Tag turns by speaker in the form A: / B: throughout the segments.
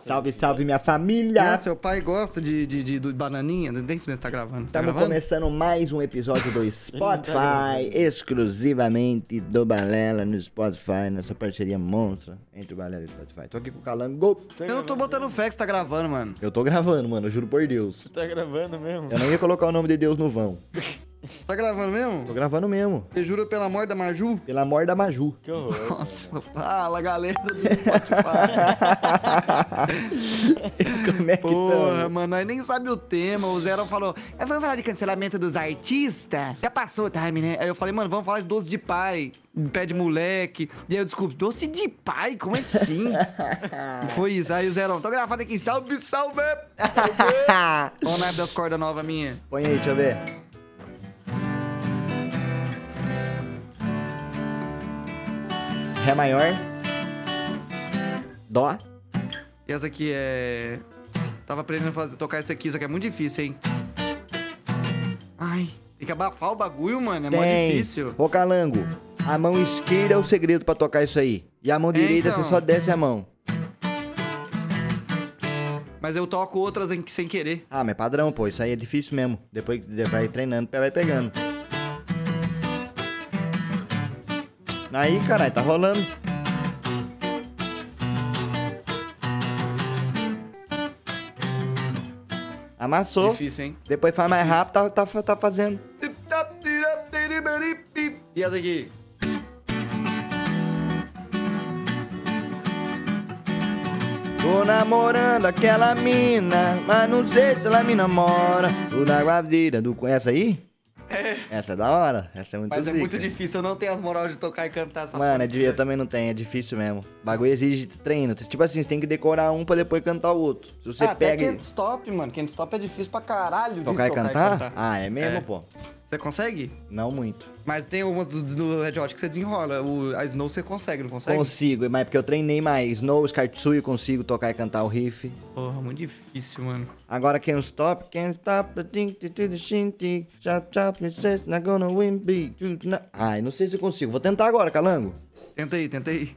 A: Salve, salve minha família!
B: Ah, seu pai gosta de, de, de, do bananinha? Não tem que tá gravando. Tá
A: Estamos
B: gravando?
A: começando mais um episódio do Spotify, exclusivamente do Balela no Spotify, nessa parceria monstra entre o Balela e o Spotify. Tô aqui com o Calango.
B: Eu não tô botando fé que você tá gravando, mano.
A: Eu tô gravando, mano, eu juro por Deus.
C: Tá gravando mesmo?
A: Eu não ia colocar o nome de Deus no vão.
B: Tá gravando mesmo?
A: Tô gravando mesmo.
B: Você jura pela morte da Maju?
A: Pelo amor da Maju.
C: Que horror.
B: Nossa, fala galera do Spotify.
A: Como é que
B: Porra,
A: tá?
B: mano, nós nem sabe o tema. O Zero falou, "É, vamos falar de cancelamento dos artistas? Já passou o time, né? Aí eu falei, mano, vamos falar de doce de pai, pé de moleque. E aí eu desculpe, doce de pai? Como assim? Foi isso. Aí o Zero, tô gravando aqui, salve, salve! Olha o naipe das cordas nova minha.
A: Põe aí, deixa eu ver. Ré maior. Dó.
B: E essa aqui é. Tava aprendendo a fazer, tocar isso aqui, isso aqui é muito difícil, hein? Ai, tem que abafar o bagulho, mano. É mó difícil.
A: Ô Calango, a mão esquerda é o segredo pra tocar isso aí. E a mão direita
B: então.
A: você só desce a mão.
B: Mas eu toco outras em- sem querer.
A: Ah, mas é padrão, pô. Isso aí é difícil mesmo. Depois que você vai treinando, vai pegando. Aí, caralho, tá rolando. Amassou.
B: Difícil, hein?
A: Depois faz mais rápido, tá, tá, tá fazendo.
B: E essa aqui?
A: Tô namorando aquela mina, mas não sei se ela me namora. Tô na gravida do. Essa aí? É. Essa é da hora. Essa é muito
B: Mas é
A: zica.
B: muito difícil, eu não tenho as moral de tocar e cantar essa
A: Mano, é di- eu também não tenho, é difícil mesmo. O bagulho exige treino. Tipo assim, você tem que decorar um pra depois cantar o outro. Se você
B: ah, até
A: pega. e
B: Can't Stop, mano. Can't Stop é difícil pra caralho de
A: Tocar e cantar? Ah, é mesmo,
B: É.
A: pô?
B: Você consegue?
A: Não muito.
B: Mas tem algumas do, do Red Hot que você desenrola. O, a Snow você consegue, não consegue?
A: Consigo, mas é porque eu treinei mais. Snow, Skartsui, consigo tocar e cantar o riff.
B: Porra, muito difícil, mano.
A: Agora can't stop, can't stop, I think to do the shinty, chop chop, it says not gonna win be. you know. Ai, não sei se eu consigo. Vou tentar agora, calango.
B: Tenta aí, tenta aí.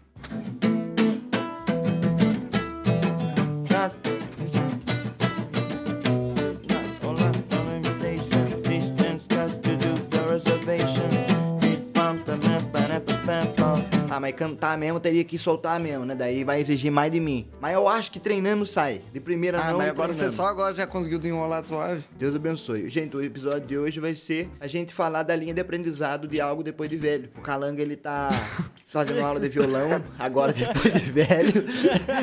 A: Ah, mas cantar mesmo teria que soltar mesmo, né? Daí vai exigir mais de mim. Mas eu acho que treinando sai. De primeira
B: Ah,
A: não.
B: mas agora você
A: treinando.
B: só agora já conseguiu desenrolar suave.
A: Deus abençoe. Gente, o episódio de hoje vai ser a gente falar da linha de aprendizado de algo depois de velho. O Calanga, ele tá fazendo aula de violão, agora depois de velho.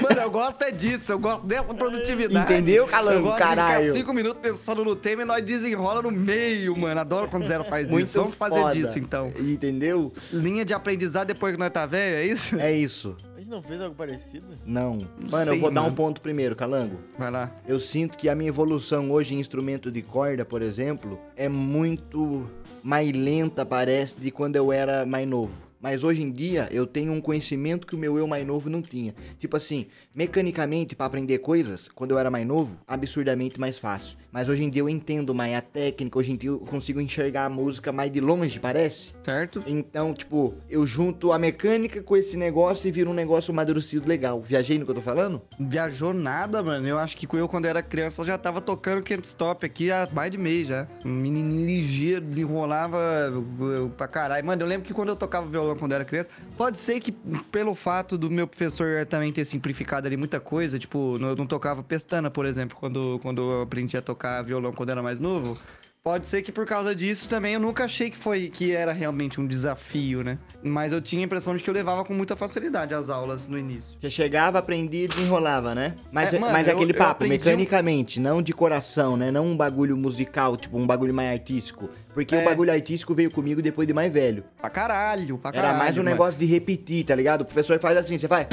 B: Mano, eu gosto é disso, eu gosto dessa produtividade.
A: Entendeu, Calango?
B: Eu gosto de
A: Caralho.
B: ficar cinco minutos pensando no tema e nós desenrola no meio, mano. Adoro quando o Zero faz
A: Muito
B: isso. Vamos fazer
A: foda.
B: disso, então.
A: Entendeu?
B: Linha de aprendizado depois que nós tá velho, é isso?
A: É isso.
C: A gente não fez algo parecido?
A: Não. Mano,
B: sei,
A: eu vou dar um
B: mano.
A: ponto primeiro, Calango.
B: Vai lá.
A: Eu sinto que a minha evolução hoje em instrumento de corda, por exemplo, é muito mais lenta, parece, de quando eu era mais novo. Mas hoje em dia eu tenho um conhecimento que o meu eu mais novo não tinha. Tipo assim, mecanicamente, pra aprender coisas, quando eu era mais novo, absurdamente mais fácil. Mas hoje em dia eu entendo mais a técnica, hoje em dia eu consigo enxergar a música mais de longe, parece.
B: Certo?
A: Então, tipo, eu junto a mecânica com esse negócio e vira um negócio amadurecido legal. Viajei no que eu tô falando?
B: Viajou nada, mano. Eu acho que eu, quando era criança, eu já tava tocando Can't Stop aqui há mais de mês já. Um menininho ligeiro, desenrolava uh, pra caralho. Mano, eu lembro que quando eu tocava violão quando eu era criança, pode ser que pelo fato do meu professor também ter simplificado ali muita coisa, tipo, eu não tocava pestana, por exemplo, quando, quando eu aprendi a tocar violão quando eu era mais novo. Pode ser que por causa disso também eu nunca achei que foi que era realmente um desafio, né? Mas eu tinha a impressão de que eu levava com muita facilidade as aulas no início.
A: Você chegava, aprendia e desenrolava, né? Mas,
B: É, mano,
A: mas é
B: eu-
A: aquele
B: eu
A: papo,
B: aprendi um-
A: mecanicamente, não de coração, né? Não um bagulho musical, tipo um bagulho mais artístico. Porque o
B: É.
A: bagulho artístico veio comigo depois de mais velho.
B: Pra caralho, pra caralho.
A: Era mais um
B: mano.
A: negócio de repetir, tá ligado? O professor faz assim, você faz.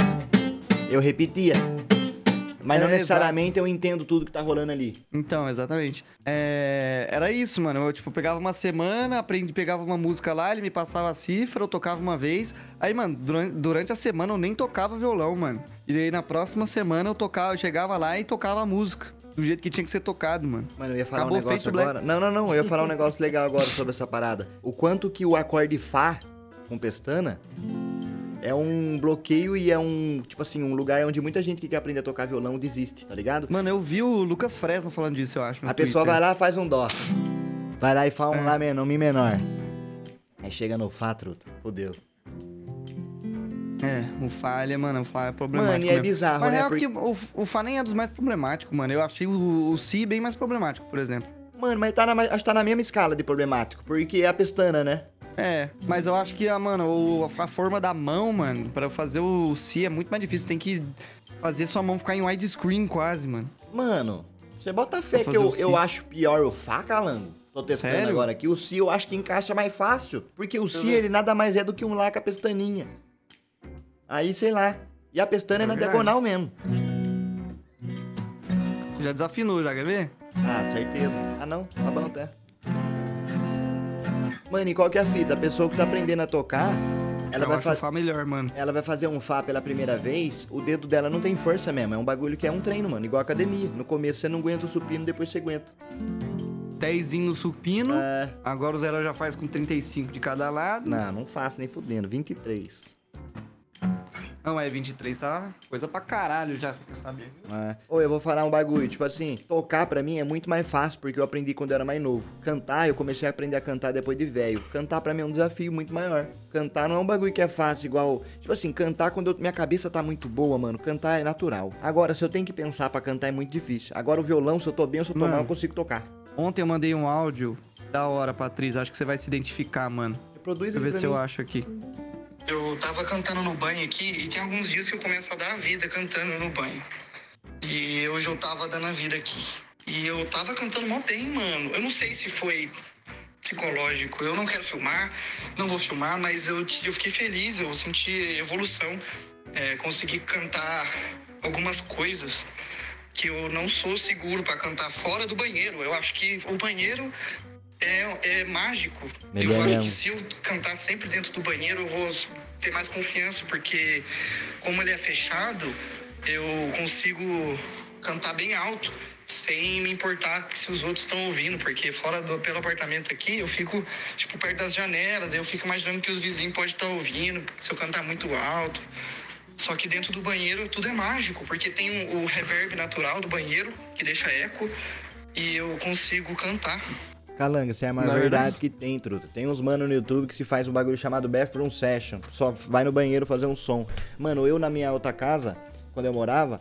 A: Eu repetia. Mas não
B: É,
A: necessariamente eu entendo tudo que tá rolando ali.
B: Então, exatamente. É, Era isso, mano. Eu, tipo, pegava uma semana, aprendi, pegava uma música lá, ele me passava a cifra, eu tocava uma vez. Aí, mano, durante, durante a semana eu nem tocava violão, mano. E aí na próxima semana eu tocava, eu chegava lá e tocava a música. Do jeito que tinha que ser tocado, mano.
A: Mano, eu ia falar
B: Acabou
A: um negócio
B: feito Black.
A: agora. Não, não, não. Eu ia falar um negócio legal agora sobre essa parada. O quanto que o acorde Fá com pestana É um bloqueio e é um, tipo assim, um lugar onde muita gente que quer aprender a tocar violão desiste, tá ligado?
B: Mano, eu vi o Lucas Fresno falando disso, eu acho. no
A: A pessoa
B: Twitter.
A: vai lá, faz um dó. Vai lá e faz um
B: É.
A: lá menor, um mi menor. Aí chega no Fá, truta. Fudeu.
B: É, o falha, mano, o falha é problemático.
A: Mano, e é
B: mesmo.
A: bizarro,
B: Mas
A: né?
B: real
A: Porque-
B: que o, o Fá nem é dos mais problemáticos, mano. Eu achei o, o Si bem mais problemático, por exemplo.
A: Mano, mas tá na, ma- acho que tá na mesma escala de problemático, porque é a pestana, né?
B: É, mas eu acho que, ah, mano, o- a forma da mão, mano, pra fazer o Si é muito mais difícil. Tem que fazer sua mão ficar em widescreen quase, mano.
A: Mano, você bota fé
B: Vou
A: que
B: fazer
A: eu,
B: o si.
A: eu acho pior o Fá, calango. Tô testando
B: Sério?
A: agora aqui. O Si eu acho que encaixa mais fácil, porque o Si
C: ver.
A: ele nada mais é do que um lá com a pestaninha. Aí, sei lá. E a pestana é,
B: É
A: na
B: verdade.
A: diagonal mesmo.
B: Você já desafinou, já quer ver?
A: Ah, certeza. Ah, não? Tá bom, tá. Mano, e qual que é a fita? A pessoa que tá aprendendo a tocar, ela
B: eu
A: vai,
B: acho
A: fa-
B: o Fá melhor, mano.
A: ela vai fazer um Fá pela primeira vez, o dedo dela não tem força mesmo. É um bagulho que é um treino, mano. Igual academia. No começo você não aguenta o supino, depois você aguenta.
B: Dezinho no supino,
A: É.
B: agora o Zero já faz com 35 de cada lado.
A: Não, não faço nem fudendo. 23.
B: Não, é 23, tá? Coisa pra caralho já, você quer saber?
A: É. Ou eu vou falar um bagulho, tipo assim, tocar pra mim é muito mais fácil porque eu aprendi quando eu era mais novo. Cantar, eu comecei a aprender a cantar depois de velho. Cantar pra mim é um desafio muito maior. Cantar não é um bagulho que é fácil, igual. Tipo assim, cantar quando eu- minha cabeça tá muito boa, mano. Cantar é natural. Agora, se eu tenho que pensar pra cantar é muito difícil. Agora, o violão, se eu tô bem ou se eu tô
B: Mano.
A: mal, eu consigo tocar.
B: Ontem eu mandei um áudio da hora pra atriz, acho que você vai se identificar, mano.
A: Reproduz
B: Deixa eu
A: ele
B: ver
A: pra
B: se
A: mim.
B: eu acho aqui.
D: Eu tava cantando no banho aqui e tem alguns dias que eu começo a dar a vida cantando no banho. E hoje eu tava dando a vida aqui. E eu tava cantando mó bem, mano. Eu não sei se foi psicológico. Eu não quero filmar, não vou filmar, mas eu, t- eu fiquei feliz, eu senti evolução. É, consegui cantar algumas coisas que eu não sou seguro pra cantar fora do banheiro. Eu acho que o banheiro é, é mágico.
A: Ele
D: eu
A: é
D: acho
A: mesmo.
D: que se eu cantar sempre dentro do banheiro, eu vou ter mais confiança, porque como ele é fechado, eu consigo cantar bem alto, sem me importar se os outros estão ouvindo, porque fora do pelo apartamento aqui, eu fico tipo perto das janelas, eu fico imaginando que os vizinhos podem estar ouvindo, se eu cantar muito alto. Só que dentro do banheiro tudo é mágico, porque tem o, o reverb natural do banheiro, que deixa eco, e eu consigo cantar.
A: Calanga, isso é a maior
B: Na
A: verdade
B: verdade.
A: que tem, truta. Tem uns mano no YouTube que se faz um bagulho chamado Bathroom Session. Só vai no banheiro fazer um som. Mano, eu na minha outra casa, quando eu morava,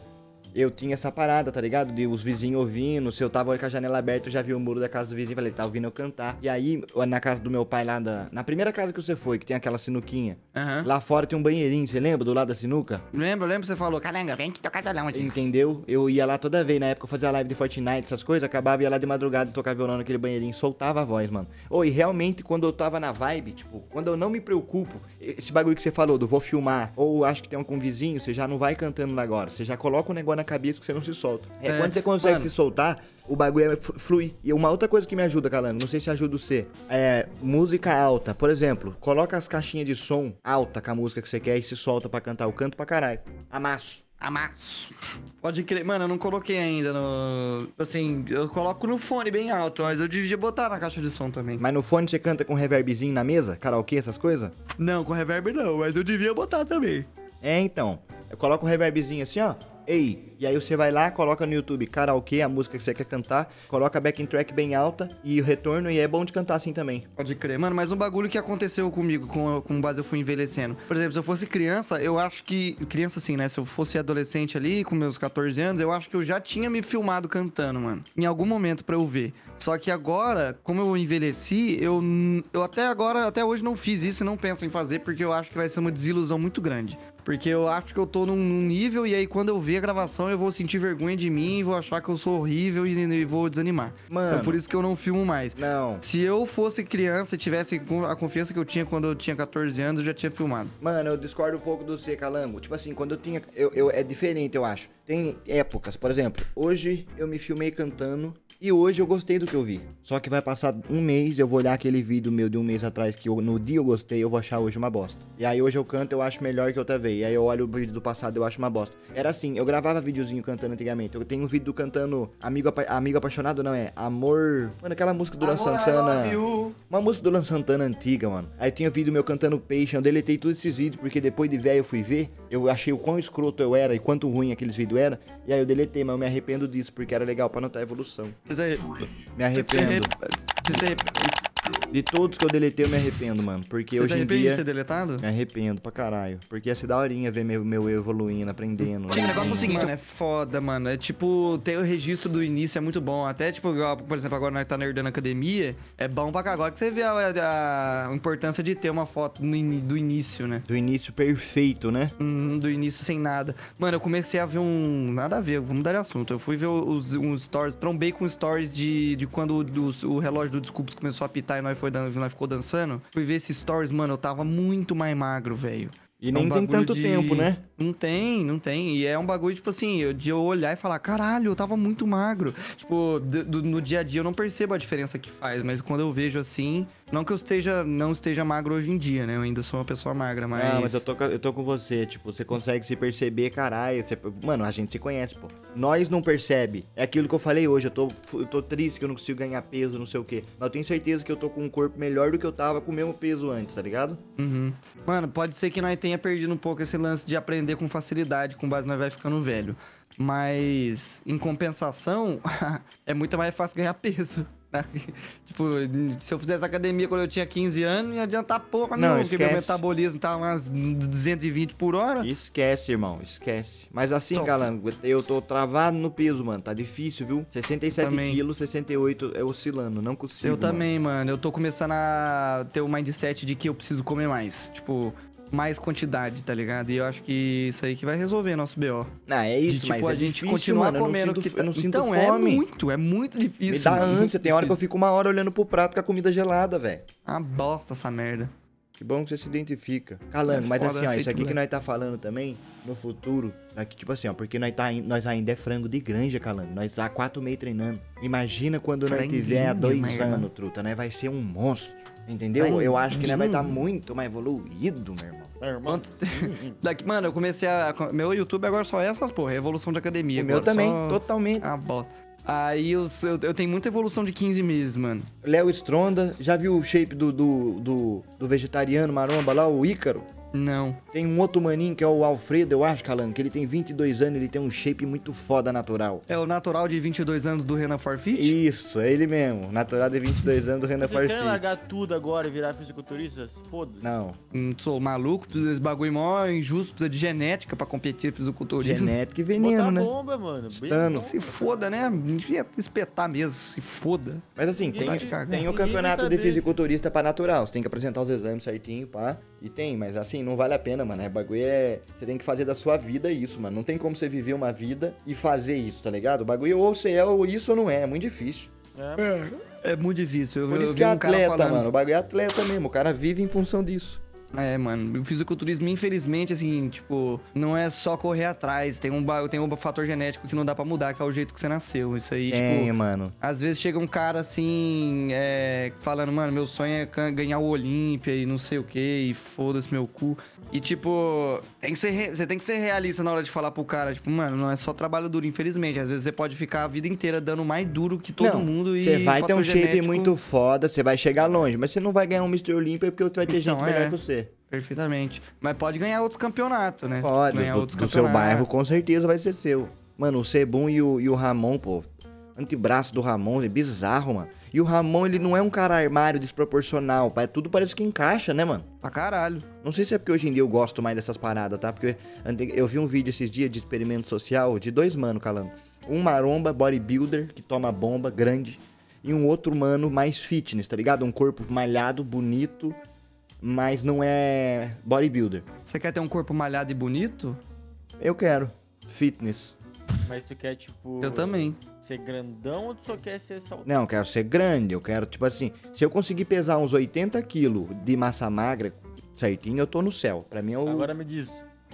A: eu tinha essa parada, tá ligado? De os vizinhos ouvindo. Se eu tava com a janela aberta, eu já vi o muro da casa do vizinho. Falei, tá ouvindo eu cantar. E aí, na casa do meu pai lá, da- na primeira casa que você foi, que tem aquela sinuquinha.
B: Aham.
A: Lá fora tem um banheirinho, você lembra? Do lado da sinuca?
B: Lembra, lembra que você falou, caranga, vem que tocar violão aqui.
A: Entendeu? Eu ia lá toda vez, na época eu fazia live de Fortnite, essas coisas, acabava ia lá de madrugada tocar violão naquele banheirinho, soltava a voz, mano. Ô, e realmente quando eu tava na vibe, tipo, quando eu não me preocupo, esse bagulho que você falou do vou filmar, ou acho que tem um com vizinho, você já não vai cantando lá agora, você já coloca o negócio na cabeça que você não se solta. É,
B: É,
A: quando você consegue
B: mano.
A: se soltar, o bagulho é flu- flui. E uma outra coisa que me ajuda, Calango, não sei se ajuda você, é música alta. Por exemplo, coloca as caixinhas de som alta com a música que você quer e se solta pra cantar o canto pra caralho. Amasso.
B: Amasso. Pode crer. Mano, eu não coloquei ainda no. Assim, eu coloco no fone bem alto, mas eu devia botar na caixa de som também.
A: Mas no fone você canta com um reverbzinho na mesa? Karaokê, essas coisas?
B: Não, com reverb não, mas eu devia botar também.
A: É, então. Eu coloco um reverbzinho assim, ó. Ei. E aí você vai lá, coloca no YouTube karaokê, a música que você quer cantar, coloca a backing track bem alta e o retorno, e é bom de cantar assim também.
B: Pode crer. Mano, mas um bagulho que aconteceu comigo, com, com base eu fui envelhecendo. Por exemplo, se eu fosse criança, eu acho que. Criança assim, né? Se eu fosse adolescente ali, com meus 14 anos, eu acho que eu já tinha me filmado cantando, mano. Em algum momento pra eu ver. Só que agora, como eu envelheci, eu, n- eu até agora, até hoje não fiz isso e não penso em fazer, porque eu acho que vai ser uma desilusão muito grande. Porque eu acho que eu tô num num nível e aí quando eu ver a gravação eu vou sentir vergonha de mim, vou achar que eu sou horrível e, e vou desanimar.
A: Mano.
B: É por isso que eu não filmo mais.
A: Não.
B: Se eu fosse criança e tivesse com- a confiança que eu tinha quando eu tinha 14 anos, eu já tinha filmado.
A: Mano, eu discordo um pouco do C, Calango. Tipo assim, quando eu tinha. Eu, eu- é diferente, eu acho. Tem épocas, por exemplo, hoje eu me filmei cantando. E hoje eu gostei do que eu vi. Só que vai passar um mês, eu vou olhar aquele vídeo meu de um mês atrás que eu- no dia eu gostei, eu vou achar hoje uma bosta. E aí hoje eu canto, eu acho melhor que outra vez. E aí eu olho o vídeo do passado, eu acho uma bosta. Era assim, eu gravava videozinho cantando antigamente. Eu tenho um vídeo do cantando Amigo, Apa- Amigo Apaixonado, não é? Amor. Mano, aquela música do Luan Santana. Uma música do Luan Santana antiga, mano. Aí tinha vídeo meu cantando Peixe, eu deletei todos esses vídeos, porque depois de velho eu fui ver, eu achei o quão escroto eu era e quanto ruim aqueles vídeos era, e aí eu deletei, mas eu me arrependo disso, porque era legal pra notar a evolução.
B: Você se
A: Me
B: você se arre-
A: arrependo.
B: você se arre-
A: De todos que eu deletei, eu me arrependo, mano, porque
B: você se
A: hoje em
B: arrepende de ter
A: dia... É.
B: deletado?
A: Me arrependo pra caralho, porque ia ser daorinha ver meu, meu eu evoluindo, aprendendo.
B: O negócio é
A: lendo.
B: o seguinte, mano, é foda, mano. É tipo, ter o registro do início é muito bom. Até, tipo, igual, por exemplo, agora nós tá nerdando academia, é bom pra cá. Agora que você vê a, a importância de ter uma foto no ini- do início, né?
A: Do início perfeito, né?
B: Hum, do início sem nada. Mano, eu comecei a ver um. Nada a ver, vamos mudar de assunto. Eu fui ver os, uns stories, trombei com stories de, de quando o, dos- o relógio do Desculpas começou a apitar e nós, foi, dan- nós ficou dançando. Fui ver esses stories, mano, eu tava muito mais magro, velho.
A: E
B: É
A: nem
B: um
A: tem
B: bagulho
A: tanto
B: de-
A: tempo, né?
B: Não tem, não tem. E é um bagulho, tipo assim, eu- de eu olhar e falar, caralho, eu tava muito magro. Tipo, d- do- no dia a dia eu não percebo a diferença que faz, mas quando eu vejo assim, não que eu esteja, não esteja magro hoje em dia, né? Eu ainda sou uma pessoa magra, mas.
A: Ah, mas eu tô, ca- eu tô com você, tipo, você consegue se perceber, caralho. você- Mano, a gente se conhece, pô. Nós não percebe. É aquilo que eu falei hoje, eu tô, fu- eu tô triste que eu não consigo ganhar peso, não sei o quê. Mas eu tenho certeza que eu tô com um corpo melhor do que eu tava com o mesmo peso antes, tá ligado?
B: Uhum. Mano, pode ser que nós tenha perdido um pouco esse lance de aprender com facilidade, com base nós vai ficando velho. Mas, em compensação, é muito mais fácil ganhar peso. né? tipo, se eu fizesse academia quando eu tinha 15 anos, não ia adiantar porra
A: Não,
B: não, porque meu
A: esquece.
B: metabolismo tava umas 220 por hora.
A: Esquece, irmão, esquece. Mas assim,
B: Tô.
A: Galan, eu tô travado no peso, mano. Tá difícil, viu? 67
B: Também.
A: quilos, 68 é oscilando, não consigo.
B: eu
A: mano.
B: também, mano. Eu tô começando a ter o mindset de que eu preciso comer mais. Tipo, mais quantidade, tá ligado? E eu acho que isso aí que vai resolver nosso BO.
A: Não, é
B: De,
A: isso,
B: tipo,
A: mas
B: a
A: é
B: gente
A: difícil,
B: continuar
A: mano. Eu não
B: comendo
A: sinto,
B: que
A: f-
B: tá-
A: eu não sinto
B: então
A: fome.
B: é muito, é muito difícil.
A: Me dá
B: mano, muito
A: ânsia, tem hora que eu
B: difícil.
A: fico uma hora olhando pro prato com a comida gelada, velho.
B: Ah, bosta essa merda.
A: Que bom que você se identifica. Calando,
B: É
A: mas
B: foda
A: assim, ó,
B: a
A: isso aqui que
B: feitura.
A: nós tá falando também, no futuro, aqui, tipo assim, ó, porque nós, tá, in- nós ainda é frango de granja, Calando. Nós tá há quatro meses treinando. Imagina quando nós
B: Franguinho,
A: tiver há dois
B: merda.
A: anos, truta, né? Vai ser um monstro. Entendeu? Eu
B: Franguinho.
A: acho que nós vai
B: Uhum.
A: estar muito mais evoluído, meu irmão.
C: Meu Ah, irmão.
B: Quanto- Daqui, mano, eu comecei a. Meu YouTube agora só é essas porra, é evolução de academia.
A: o meu
B: agora,
A: também,
B: só-
A: totalmente.
B: Ah, bosta. Aí eu, eu, eu tenho muita evolução de 15 meses, mano.
A: Léo Stronda, já viu o shape do, do, do, do vegetariano maromba lá, o Ícaro?
B: Não.
A: Tem um outro maninho que é o Alfredo, eu acho, Calan, que ele tem 22 anos, ele tem um shape muito foda natural.
B: É o natural de 22 anos do Renan Forfit?
A: Isso, é ele mesmo. Natural de 22 anos do
B: é
A: Renan
C: Vocês querem
A: Farfim.
C: largar tudo agora e virar fisiculturistas? Foda-se.
A: Não,
B: Hum, Sou maluco, precisa desse bagulho mó injusto, precisa de genética pra competir fisiculturismo.
A: genética e
C: Botar
A: veneno, né?
C: tá bomba, mano. Bem-
A: Tano.
B: Se foda, né? Devia espetar mesmo, se foda.
A: Mas assim,
C: Ninguém
A: tem,
C: vai
B: cagar.
A: tem o
C: Ninguém vai
A: campeonato de
C: saber.
A: fisiculturista pra natural. Você tem que apresentar os exames certinho, pá. E tem, mas assim, não vale a pena, mano. É bagulho é. Você tem que fazer da sua vida isso, mano. Não tem como você viver uma vida e fazer isso, tá ligado? O bagulho ou você é ou isso ou não é. É muito difícil.
C: É,
B: É muito difícil. Eu,
A: Por
B: eu
A: isso
B: vi
A: que é
B: um cara
A: atleta,
B: falando-
A: mano. O bagulho é atleta mesmo. O cara vive em função disso.
B: É, mano, o fisiculturismo, infelizmente, assim, tipo, não é só correr atrás. Tem um, ba- tem um fator genético que não dá pra mudar, que é o jeito que você nasceu. Isso aí,
A: É.
B: tipo.
A: mano.
B: Às vezes chega um cara assim, é, falando, mano, meu sonho é can- ganhar o Olímpia e não sei o que, e foda-se meu cu. E tipo, tem que ser re- você tem que ser realista na hora de falar pro cara, tipo, mano, não é só trabalho duro, infelizmente. Às vezes você pode ficar a vida inteira dando mais duro que todo
A: Não,
B: mundo e.
A: Você vai ter um
B: fator
A: shape
B: genético-
A: muito foda, você vai chegar longe, mas você não vai ganhar um Mr. Olympia porque você vai ter
B: Então,
A: gente melhor
B: é.
A: que você.
B: Perfeitamente. Mas pode ganhar outros campeonatos, né?
A: Pode,
B: ganhar
A: do, do seu bairro com certeza vai ser seu. Mano, o Sebum e o, e o Ramon, pô, antebraço do Ramon, é bizarro, mano. E o Ramon, ele não é um cara armário desproporcional, pá, é tudo parece que encaixa, né, mano?
B: Pra caralho.
A: Não sei se é porque hoje em dia eu gosto mais dessas paradas, tá? Porque ante- eu vi um vídeo esses dias de experimento social de dois mano calando. Um maromba, bodybuilder, que toma bomba, grande. E um outro mano mais fitness, tá ligado? Um corpo malhado, bonito, mas não é bodybuilder.
B: Você quer ter um corpo malhado e bonito?
A: Eu quero. Fitness.
C: Mas tu quer, tipo.
B: Eu também.
C: Ser grandão ou tu só quer ser saudável?
A: Não, eu quero ser grande, eu quero, tipo assim, se eu conseguir pesar uns 80 quilos de massa magra certinho, eu tô no céu. Pra mim é o.
C: Agora me diz,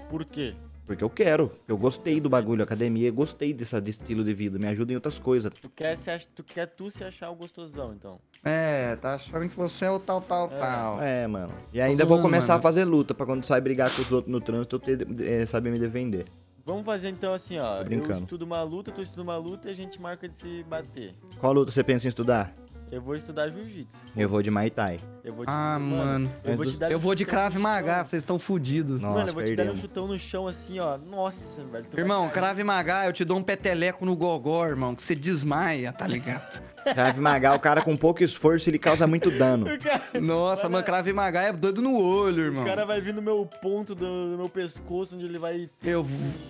C: por quê?
A: Porque eu quero. Eu gostei do bagulho, academia, gostei dessa, desse estilo de vida. Me ajuda em outras coisas.
C: Tu quer, se ach- tu quer tu se achar o gostosão, então.
B: É, tá achando que você é o tal, tal,
C: É.
B: tal.
A: É, mano. E ainda vou
B: zoando,
A: começar
B: mano.
A: a fazer luta pra quando sair brigar com os outros no trânsito eu ter, é, saber me defender.
C: Vamos fazer então assim, ó.
A: Tô
C: Eu
A: brincando.
C: estudo uma luta, tu estuda uma luta e a gente marca de se bater.
A: Qual luta você pensa em estudar?
C: Eu vou estudar jiu-jitsu.
A: Eu vou de Muay Thai.
C: Eu vou te
B: Ah, mano.
C: Eu vou,
A: Mas
C: te dar
B: Eu
C: um
B: vou de
C: chutão
B: Krav
C: no
B: Maga,
C: chão.
B: vocês estão fudidos.
A: Nossa,
C: mano, eu vou te dar um
A: perdemos.
C: chutão no chão assim, ó. Nossa, velho. tu vai
B: Irmão, Krav Maga, eu te dou um peteleco no gogó, irmão, que você desmaia, tá ligado?
A: Krav Maga, o cara com pouco esforço, ele causa muito dano.
C: O cara,
B: Nossa, mano, Krav Maga é doido no olho,
C: o
B: irmão.
C: cara vai vir no meu ponto do, do meu pescoço, onde ele vai
B: Eu,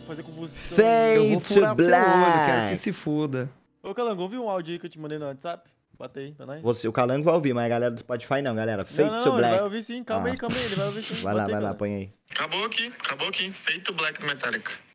C: fazer convulsão.
A: Fé!
B: eu vou
A: It's
B: furar seu olho, quero que
A: black.
B: se foda.
C: Ô, Calango, ouviu um áudio aí que eu te mandei no WhatsApp? Bota aí pra nós.
A: Você, o Calango vai ouvir, mas a galera do Spotify não, galera.
C: não,
A: Feito
C: não,
A: seu
C: não, ele vai
A: black.
C: ouvir sim. Calma
A: Ah.
C: aí, calma aí. Ele vai ouvir sim.
A: Vai lá,
C: Bota aí,
A: vai lá,
C: Calango.
A: põe aí.
D: Acabou aqui, acabou aqui. Feito Black Metallica.